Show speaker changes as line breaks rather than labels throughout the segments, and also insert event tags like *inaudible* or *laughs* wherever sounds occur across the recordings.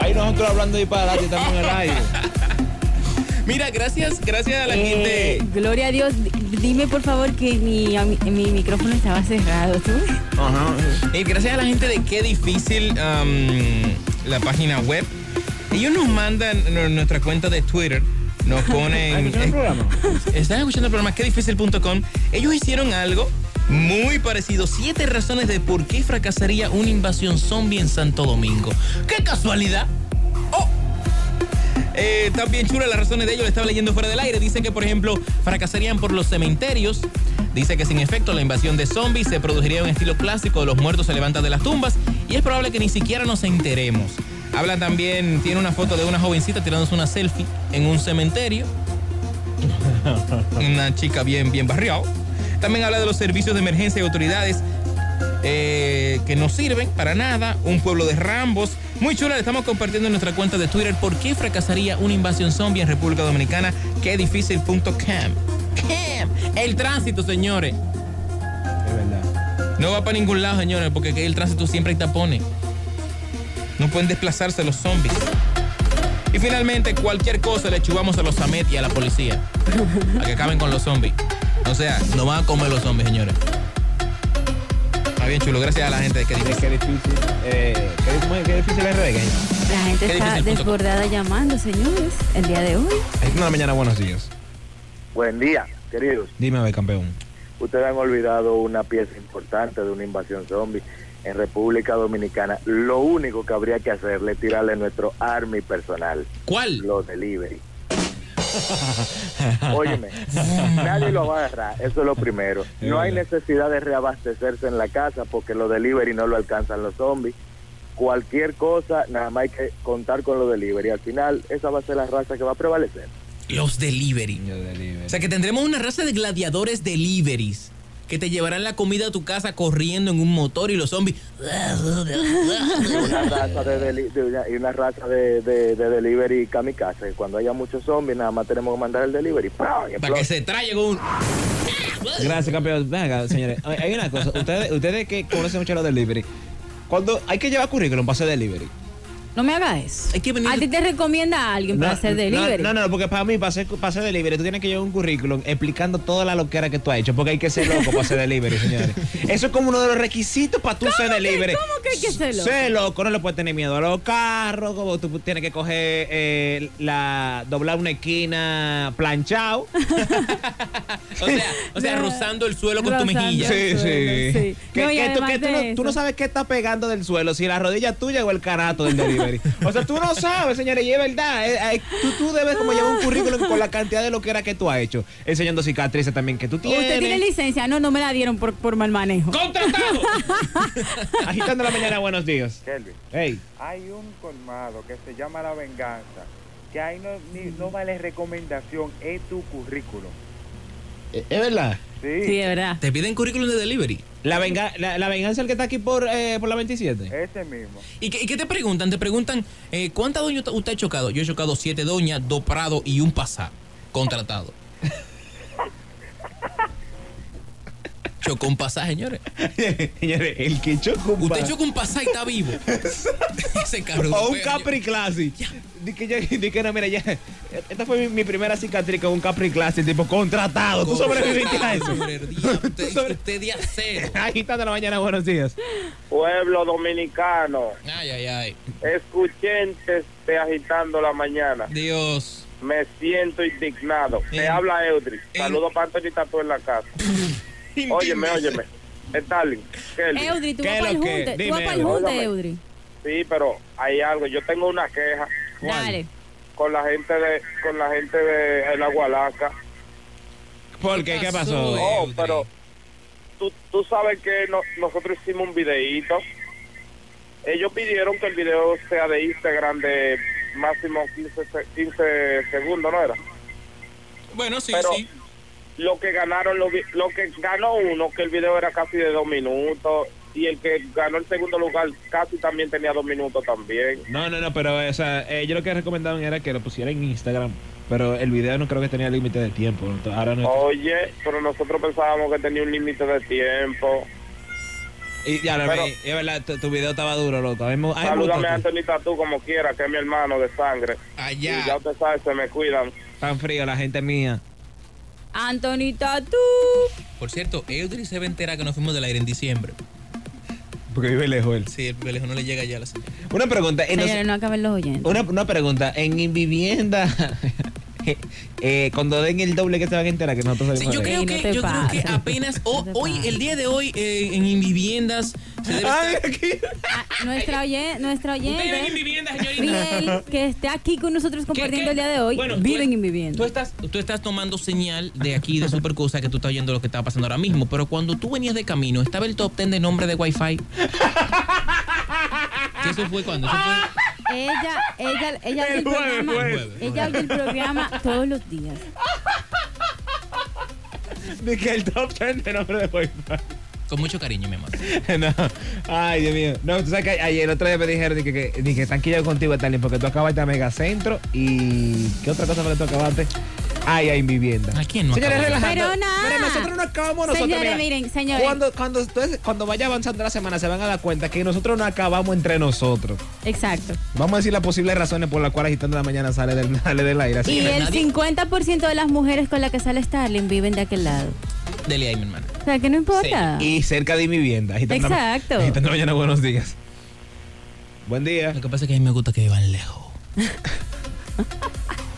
ahí nosotros hablando disparate, estamos en el aire.
Mira, gracias, gracias a la gente.
Eh, Gloria a Dios, d- dime por favor que mi, a mi- mi micrófono estaba cerrado. ¿tú?
*laughs* Ajá.
Eh, gracias a la gente de Qué Difícil am, la página web. Ellos nos mandan en nuestra cuenta de Twitter. Nos ponen.
¿Escucharon el programa?
*laughs* Están escuchando el programa quedifícil.com. Ellos hicieron algo muy parecido. Siete razones de por qué fracasaría una invasión zombie en Santo Domingo. ¡Qué casualidad! ¡Oh! Eh, están bien chulas las razones de ellos. Lo estaba leyendo fuera del aire. Dicen que, por ejemplo, fracasarían por los cementerios. Dice que sin efecto la invasión de zombies se produciría en estilo clásico de los muertos se levantan de las tumbas y es probable que ni siquiera nos enteremos. Habla también, tiene una foto de una jovencita tirándose una selfie en un cementerio una chica bien, bien barriado. También habla de los servicios de emergencia y autoridades eh, que no sirven para nada. Un pueblo de Rambos. Muy chula, le estamos compartiendo en nuestra cuenta de Twitter por qué fracasaría una invasión zombie en República Dominicana. Qué difícil punto cam. Cam. El tránsito, señores.
Es verdad.
No va para ningún lado, señores, porque aquí el tránsito siempre hay tapones. No pueden desplazarse los zombies. Y finalmente, cualquier cosa le chubamos a los AMET y a la policía. A que acaben con los zombies. O sea, no van a comer los zombies, señores. Está bien chulo. Gracias a la gente de que
Qué difícil. Eh, qué, muy- qué difícil es Rebeca. ¿eh?
La gente
Qué
está
difícil, punto com.
desbordada llamando, señores, el día de hoy.
Ahí está en la mañana, buenos días.
Buen día, queridos.
Dime, a ver, campeón.
Ustedes han olvidado una pieza importante de una invasión zombie en República Dominicana. Lo único que habría que hacerle es tirarle nuestro army personal,
¿Cuál?
los delivery. Óyeme, nadie lo va a agarrar, eso es lo primero. No hay necesidad de reabastecerse en la casa porque los delivery no lo alcanzan los zombies. Cualquier cosa, nada más hay que contar con los delivery. Al final, esa va a ser la raza que va a prevalecer.
Los delivery.
Yo delivery.
O sea que tendremos una raza de gladiadores deliveries que te llevarán la comida a tu casa corriendo en un motor y los zombies. *laughs*
y una raza de, deli- de una- y una raza de, de- de delivery kamikaze. Cuando haya muchos zombies, nada más tenemos que mandar el delivery. ¡Pam! Y
Para que
explota.
se traigan un.
Gracias, campeón. Ven acá, señores. Hay hay una cosa. Ustedes, ustedes que conocen mucho los delivery, cuando hay que llevar currículum para hacer delivery.
No me hagas eso.
Hay que venir-
A ti te recomienda a alguien para hacer delivery.
No, no, no, porque para mí, para hacer, para hacer delivery, tú tienes que llevar un currículum explicando toda la loquera que tú has hecho, porque hay que ser loco para hacer delivery,
*laughs*
señores. Eso es como uno de los requisitos para tú ser
que-
delivery.
cómo que hay que ser loco?
Ser loco, no le puedes tener miedo a los carros, como tú tienes que coger eh, la. doblar una esquina planchao.
O sea, o sea,
No.
rozando el suelo con tu
Rozando.
mejilla.
Sí.
Que-
sí. No, y
que tú,
además
que tú
de
no, tú no
eso.
sabes qué está pegando del suelo, si la rodilla tuya o el carato del delivery. O sea, tú no sabes, señores, y es verdad. eh, eh, tú, tú debes como llevar un currículum con la cantidad de lo que era que tú has hecho, enseñando cicatrices también que tú tienes.
Usted tiene licencia. No, no me la dieron por, por mal manejo. *laughs*
¡Contratado!
Agitando la mañana, buenos días.
Kelvin,
Hey,
hay un colmado que se llama La Venganza, que ahí no, ni- no vale recomendación, es tu currículum.
eh, es verdad.
Sí,
Sí, de verdad.
Te piden currículum de delivery.
La, venga, la, la venganza el que está aquí por, eh, por la
*laughs*
27.
ese mismo.
¿Y qué, y qué te preguntan? Te preguntan, eh, ¿cuántas doñas usted ha chocado? Yo he chocado siete doñas, dos prados y un pasá. Contratado.
*laughs*
Chocó un pasá, señores.
Señores, el que choca un
Usted
pa-
chocó un pasá y
*laughs*
está vivo. Ese cabrón.
O un
feo,
Capri Classic. Di que, ya- di que no, mira, ya. Esta fue mi, mi primera cicatriz con un Capri Classic, tipo contratado. ¿Tú sobreviviste a eso? *laughs*
Sobre el día, Usted,
Sobre-
usted día cero.
Agitando la mañana, buenos días.
Pueblo dominicano,
Ay, ay, ay.
escuchentes de agitando la mañana.
Dios.
Me siento indignado.
Eh.
Me habla Eudris.
Eh.
Saludos para Anthony Tatu en
*laughs*
la casa. Óyeme, óyeme. Stalin, Kelvin.
Eudri, tú
¿Qué
vas
es
para
lo
el
que?
junte. Tú
Dime,
vas para el
Eudri.
junte,
Óigame.
Eudri.
Sí, pero hay algo. Yo tengo una queja
Dale.
con la gente de con la gente de El Agualaca.
¿Por qué? ¿Qué pasó?
pasó?
Oh,
Eudris.
pero tú, tú sabes que no- nosotros hicimos un videíto. Ellos pidieron que el video sea de Instagram de máximo 15, se- 15 segundos, ¿no era?
Bueno, sí,
Pero-
sí.
Lo que ganaron, lo, vi- lo que ganó uno, que el video era casi de dos minutos, y el que ganó el segundo lugar casi también tenía dos minutos también.
No, no, no, pero o sea, eh, yo lo que recomendaban era que lo pusiera en Instagram. Pero el video no creo que tenía límite de tiempo. ¿no?
Oh,
Ahora no.
Oye, pero nosotros pensábamos que tenía un límite de tiempo.
Y ya, lo-
Pero-
y- y es verdad, tu, tu video estaba duro, loco. A mí me- a mí me
Salúdame a
gustó tú.
Anthony Tatú como quiera, que es mi hermano de sangre. Y ya
Allá.
usted sabe, se me cuidan.
Tan frío, la gente mía.
Antonita, tú.
Por cierto, Eudri se va a enterar que nos fuimos del aire en diciembre.
Porque vive lejos él.
Sí, el pellejo no le llega ya a la señora.
Una pregunta. entonces-
Señores, no acaben los oyentes.
una, una pregunta. En mi vivienda, *laughs* eh, cuando den el doble que se van a enterar que nosotros
Sí,
salimos
yo
de-
creo
no
que,
te
yo creo que
pases.
apenas o-
No te
hoy,
pases.
el día de hoy, eh, en Inviviendas, se debe
Ay,
estar.
aquí.
Ah, nuestra, oye, nuestra
Ustedes ven
oyente.
Inviviendas, señorita.
Friel, que esté aquí con nosotros
¿Qué,
compartiendo
qué?
el día de hoy,
Bueno, tú
viven
es-
en vivienda.
Tú estás, tú estás tomando señal de aquí, de Supercosa, que tú estás oyendo lo que está pasando ahora mismo. Pero cuando tú venías de camino, estaba el top 10 de nombre de
*laughs*
Wi-Fi. ¿Qué eso fue cuando? Eso fue
Ella, ella, ella, oye el
jueves,
programa,
jueves.
ella oye el programa todos los días.
De que el top 10 de nombre de Wi-Fi.
con mucho cariño, mi amor.
*laughs* No. Ay, Dios mío. No, tú sabes que ayer el otro día me dijeron dije, que, dije, están quillado contigo, Stalin, porque tú acabaste a Megacentro y. ¿Qué otra cosa fue que tú acabaste? Ay, ay, vivienda.
¿A quién no
Señores,
acabamos?
relajando.
Pero nada.
Mira, nosotros no acabamos nosotros. mira.
Señores, miren, señores.
Cuando, cuando, ustedes- cuando vaya avanzando la semana se van a dar cuenta que nosotros no acabamos entre nosotros.
Exacto.
Vamos a decir las posibles razones por las cuales agitando la mañana sale del, *laughs* sale del aire. Así
Y
que-
el
nadie-
50% de las mujeres con las que sale Starling viven de aquel lado.
Dele ahí, mi hermana.
O sea, que no importa.
y cerca de mi vivienda. Agitando la-
Exacto.
agitando la mañana, buenos días. Buen día.
Lo que pasa es que a mí me gusta que vivan lejos.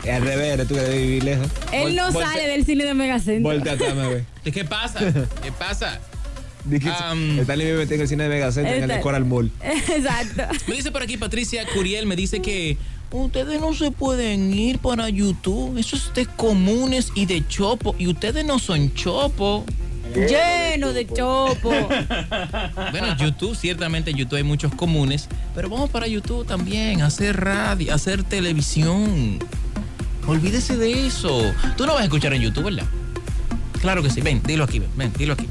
Es Eh, Al revés, eres tú que debes vivir lejos.
Él no
Vol-
sale del cine de Megacentro.
Voltea atrás, me
*laughs*
ve.
¿De ¿Qué pasa? ¿Qué pasa?
Dije,
Am.
está libre metí en el cine de Megacentro en el de
Está-
Coral Mall.
Este- *laughs* Exacto.
Me dice por aquí Patricia Curiel, me dice que ustedes no se pueden ir para YouTube. Eso es de comunes y de chopo. Y ustedes no son chopo.
Lleno de chopo.
Bueno, YouTube, ciertamente en YouTube hay muchos comunes. Pero vamos para YouTube también, a hacer radio, a hacer televisión. Olvídese de eso. Tú no vas a escuchar en YouTube, ¿verdad? Claro que sí. Ven, dilo aquí, ven, ven, dilo aquí.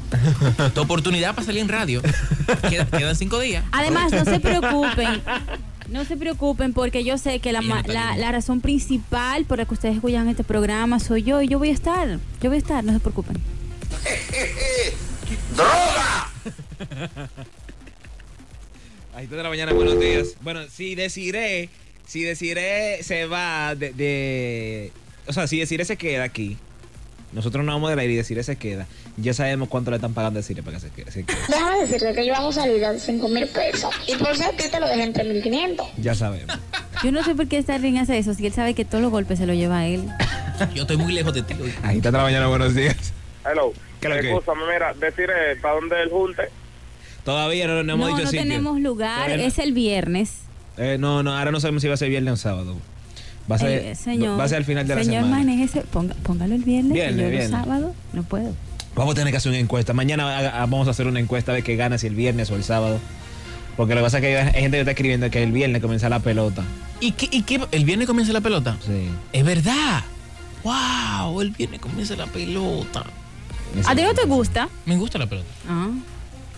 Tu oportunidad para salir en radio. Queda- quedan cinco días.
Además, no
*laughs*
se preocupen. No se preocupen porque yo sé que la,
Ella no
ma-
está
la,
libre.
la razón principal por la que ustedes escuchan este programa soy yo y yo voy a estar. Yo voy a estar, no se preocupen.
Ahí está de la mañana, buenos días. Bueno, si deciré, si deciré se va de, de- O sea, si deciré se queda aquí. Nosotros no vamos de la aire y deciré se queda. Ya sabemos cuánto le están pagando a deciré para que se quede. se quede.
Déjame decirte que llevamos salida de 5 mil pesos. Y por ser ti te lo dejé en 3.500.
Ya sabemos.
Yo no sé por qué Starling hace eso, si él sabe que todos los golpes se lo lleva a él.
Yo estoy muy lejos de ti hoy.
Ahí está de la mañana, buenos días.
Hello.
¿Qué lo que?
Escúchame, mira, decir para dónde el junte.
Todavía no, no
No,
hemos
no,
dicho sitio.
tenemos lugar,
Todavía no.
es el viernes.
Eh, no, no, ahora no sabemos si va a ser viernes o sábado. Va a ser,
Eh, señor,
va a ser al final de la
señor,
semana.
manéjese, ponga- póngalo el viernes,
Viernes,
y yo
viernes.
el sábado no puedo.
Vamos a tener que hacer una encuesta. Mañana haga- vamos a hacer una encuesta a ver qué gana, si el viernes o el sábado. Porque lo que pasa es que hay hay gente que está escribiendo que el viernes comienza la pelota.
¿Y qué, y qué? ¿El viernes comienza la pelota?
Sí.
Es verdad. ¡Wow! El viernes comienza la pelota.
¿A ti no te gusta?
Me gusta la pelota.
Ah.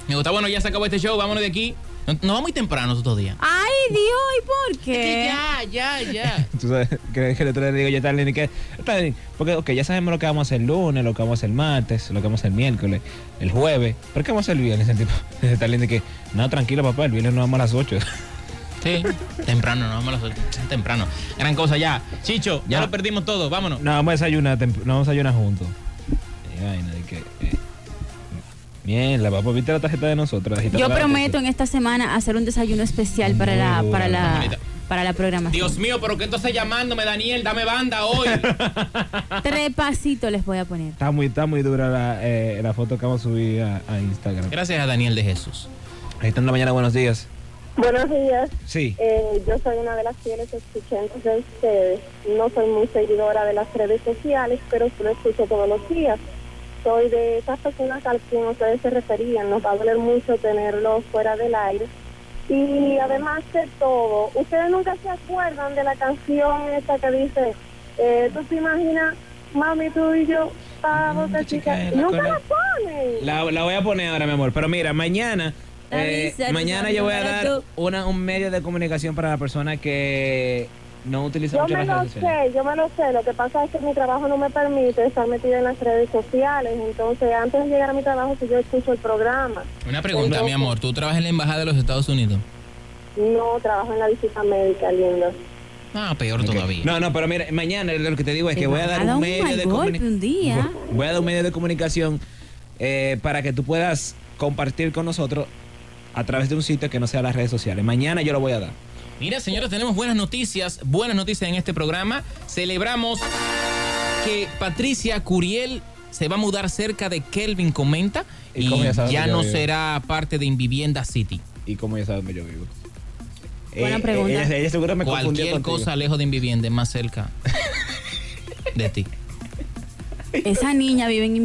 Me gusta, bueno, ya se acabó este show, vámonos de aquí. No- Nos vamos muy temprano estos días.
Ay, Dios, ¿y por qué?
Ya, ya, ya.
Tú sabes, *laughs* que, que el otro día le digo yo tal que. Tarlin, porque, ok, ya sabemos lo que vamos a hacer el lunes, lo que vamos a hacer el martes, lo que vamos a hacer el miércoles, el jueves. ¿Por qué vamos a hacer el viernes? *laughs* El tipo, Tarlin, de que, no, tranquilo, papá, el viernes nos vamos a las 8.
Sí, temprano, nos vamos a las temprano. Gran cosa, ya. Chicho, ya
No.
lo perdimos todo,
*laughs*
vámonos.
No, vamos a desayunar, temp- no vamos a desayunar juntos. Y vaina de que. eh, mierda, papá, viste la tarjeta de nosotros. Agita
Yo
la
prometo en esta semana hacer un desayuno especial para la,
Muy
para
bueno.
la,
Mamita.
para la programación.
Dios mío, pero ¿qué entonces llamándome, Daniel? Dame
*laughs*
banda hoy.
Trepacito les voy a poner.
Está muy, está muy dura la, eh, la foto que vamos a subir a, a Instagram.
Gracias a Daniel de Jesús.
Ahí está en la mañana, buenos días.
Buenos días,
Sí.
Eh, yo soy una de las fieles escuchantes de ustedes. No soy muy seguidora de las redes sociales, pero sí lo escucho todos los días. Soy de esas personas a las que ustedes se referían. Nos va a doler mucho tenerlo fuera del aire. Y además de todo, ustedes nunca se acuerdan de la canción esta que dice, eh, tú te imaginas, mami, tú y yo, pavo,
Mm,
que
chica,
chica.
en la
Nunca
cola.
la ponen.
La, la voy a poner ahora, mi amor. Pero mira, mañana.
Dale,
eh,
Isaac,
mañana
Isaac,
yo voy a
número
dar
tú.
una, un medio de comunicación para la persona que no utiliza
Yo
mucho las
me lo
redes sociales.
sé, yo me lo sé. Lo que pasa es que mi trabajo no me permite estar metida en las redes sociales. Entonces, antes de llegar a mi trabajo, si yo escucho el programa,
Una pregunta,
Entonces-
mi amor. ¿Tú trabajas en la Embajada de los Estados Unidos?
no trabajo en la visita médica, lindo.
Ah, peor
Ok.
todavía.
No, no, pero mira, mañana lo que te digo es que
Te
voy a
van
dar
dar
un medio
mal
de
golpe
comunicación.
un día.
Voy a dar un medio de comunicación eh, para que tú puedas compartir con nosotros a través de un sitio que no sea las redes sociales. Mañana yo lo voy a dar.
Mira, señores, tenemos buenas noticias, buenas noticias en este programa. Celebramos que Patricia Curiel se va a mudar cerca de Kelvin Comenta
¿Y
y
cómo ya sabes
ya
que yo
no
vivo?
será parte de Invivienda City.
Y como ya sabes, yo vivo. Eh,
Buena pregunta.
Ella, ella seguro me confundió
Cualquier
contigo.
cosa lejos de Invivienda, más cerca de
*laughs*
ti.
Esa niña vive en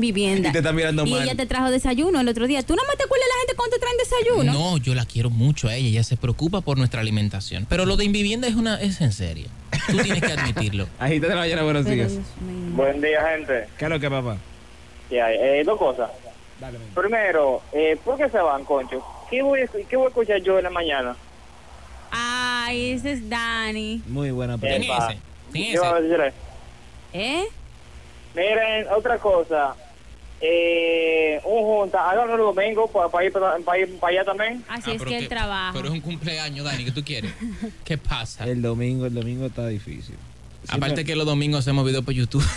*laughs*
vivienda.
Y te está mirando
Y
mal.
ella te trajo desayuno el otro día. Tú no más te acuerdas de la gente cuando te traen desayuno.
No, yo la quiero mucho a ella, ella se preocupa por nuestra alimentación. Pero lo de Invivienda es una es en serio. Tú tienes que admitirlo.
Ahí te mañana, buenos
Pero,
días.
Dios mío.
Buen día, gente.
¿Qué es lo que, papá?
¿Qué hay? Eh, dos cosas.
Dale, ven.
Primero, eh, ¿por qué se van, concho? ¿Qué voy, a, ¿Qué voy a escuchar yo en la mañana?
Ay, ese es Dani.
Muy buena
¿Quién
pregunta.
es
Epa.
ese? ¿Quién es
Yo
ese?
a decirle,
¿Eh?
Miren, otra cosa. Eh, un junta, háganlo el domingo para, ir para, pa' ir pa' allá también.
*laughs* Así
Ah,
es
pero
que
qué-
él trabaja.
Pero es un cumpleaños, Dani, ¿qué tú
*laughs*
quieres? ¿Qué pasa?
El domingo, el domingo está difícil. Siempre-
Aparte que los domingos hacemos videos por YouTube. *laughs*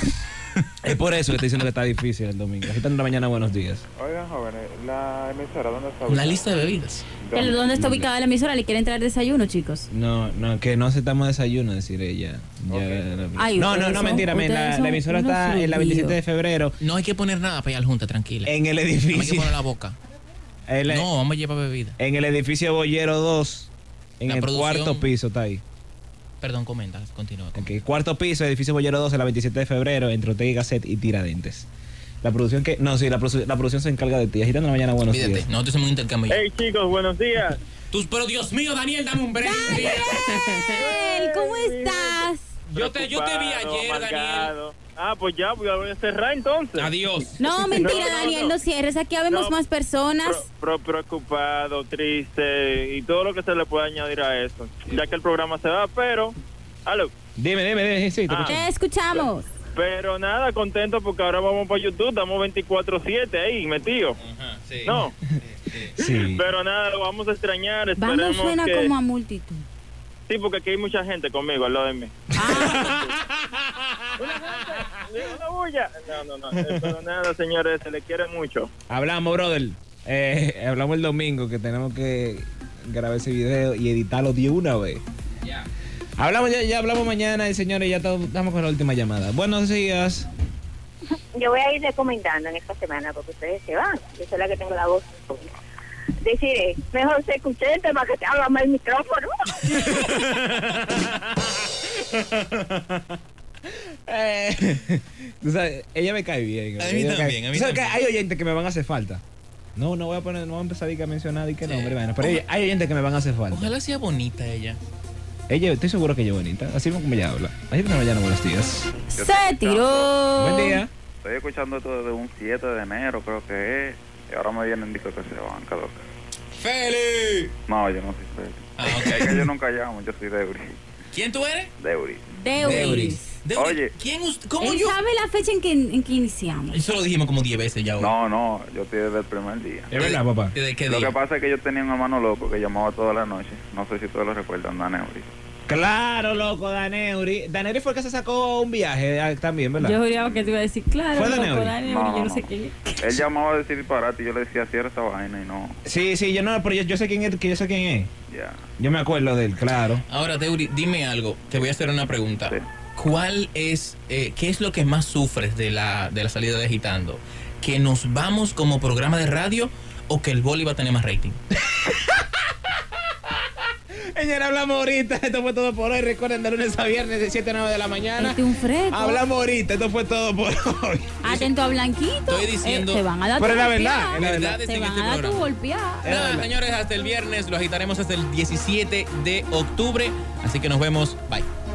Es por eso que estoy diciendo que está difícil el domingo. Agitando la mañana, buenos días.
Oigan, jóvenes, la emisora, ¿dónde está?
Una lista de bebidas.
Pero ¿Dónde está ubicada la emisora? ¿Le quieren traer desayuno, chicos?
No, no, que no aceptamos desayuno, decir ella. Ya, la-
Ay,
no, no,
ustedes
no,
son-
mentira, men,
ustedes
la,
son
la emisora
unos
está en la 27 de
fluidos.
febrero
No hay que poner nada para ir al junta, tranquila.
en el
No hay que
edificio.
poner la boca.
En, *laughs* la-
No, vamos a llevar bebida.
en el edificio Bollero 2, en
La
el
producción.
cuarto piso está ahí.
Perdón, comenta, continúa. comenta.
Ok, Cuarto piso, edificio Bollero 2, en la 27 de febrero, entre Ortega y Gasset y Tiradentes. La producción que. No, sí, la, produ- la producción se encarga de ti. Agitando la mañana, buenos
Olvídate,
días.
nosotros hacemos un intercambio.
Hey chicos, buenos días.
Tus, pero Dios mío, Daniel, dame un break.
Daniel, ¿cómo estás?
Yo te, yo te vi ayer, Daniel.
Ah, pues ya, voy a cerrar entonces.
Adiós.
No, mentira,
*laughs* No, no,
Daniel,
no.
no cierres. Aquí habemos
No.
más personas.
Pro- preocupado, triste y todo lo que se le puede añadir a eso. Ya que el programa se va, pero... aló,
Dime, dime, dime. Sí, te
Ah.
escucho.
Te escuchamos.
Pero nada, contento porque ahora vamos para YouTube, estamos 24-7 ahí, metido.
Ajá, sí.
No,
Eh. *laughs*
Sí.
pero nada, lo vamos a extrañar,
Vamos
esperemos
suena
que...
como a multitud.
Sí, porque aquí hay mucha gente conmigo al lado de mí.
Ah.
Una bulla. No, no, no, eh, pero nada, señores, se le quiere mucho.
*laughs* Hablamos, brother. Eh, hablamos el domingo que tenemos que grabar ese video y editarlo de una vez.
Ya.
Hablamos ya, ya hablamos mañana y señores, ya to- estamos con la última llamada. Buenos días.
Yo voy a ir recomendando en esta semana porque ustedes se van. Yo soy la que tengo la voz. Deciré, mejor se escuche el tema que te habla más el micrófono.
Eh, *laughs* tú sabes, ella me cae bien.
A mí
ella me cae
también,
bien.
a mí
Tú sabes que
también.
hay oyentes que me van a hacer falta. No, no voy a poner, no voy a empezar a mencionar y que nombre, bueno, pero hay, hay oyentes que me van a hacer falta.
Ojalá sea bonita ella.
Ella, estoy seguro que ella es bonita. Así como ella habla. Así como mañana, buenos días.
Se tiró.
Buen día.
Estoy escuchando todo de un 7 de enero, creo que es. Y ahora me vienen diciendo que se van, cada loca.
¡Feli!
No, yo no soy Félix.
Ah,
Es
ok.
que yo nunca llamo, yo soy Deuris.
¿Quién tú eres?
Deuris.
Deuris.
Deuris.
Oye.
¿Quién us- ¿Cómo
Él
yo?
sabe la fecha en que, en que iniciamos.
Eso lo dijimos como 10 veces ya hoy.
No, no, yo estoy desde el primer día.
Es verdad, papá.
¿Desde qué
Lo
día?
que pasa es que yo tenía un hermano loco que llamaba toda la noche. No sé si todos lo recuerdan, Daneuris.
Claro, loco, Daneuri. Daneuri fue el que se sacó un viaje eh, también, ¿verdad?
juraba que te iba a decir, claro,
Fue Daniel.
loco,
No, no, no.
qué.
Él llamaba a decir disparate y yo le decía, cierra esa vaina y no,
Sí, sí, yo no, pero yo, yo sé quién es, que yo sé quién es.
ya.
Yo me acuerdo de él, *laughs* claro.
Ahora, Deuri, dime algo. Te voy a hacer una pregunta.
Sí.
¿Cuál es, eh, qué es lo que más sufres de la, de la salida de Agitando? ¿Que nos vamos como programa de radio o que el boli va a tener más rating?
Señores, hablamos ahorita. Esto fue todo por hoy. Recuerden de lunes a viernes de 7 a 9 de la mañana.
Este un fresco.
Hablamos ahorita. Esto fue todo por *laughs* hoy.
Atento a Blanquito.
Estoy diciendo-
Eh, te van a dar
Pero
tu
es la
golpeada.
verdad, es la verdad.
Verdades
Te
en
van
este
a dar tu
programa.
golpeada.
Nada, señores, hasta el viernes. Lo agitaremos hasta el 17 de octubre. Así que nos vemos. Bye.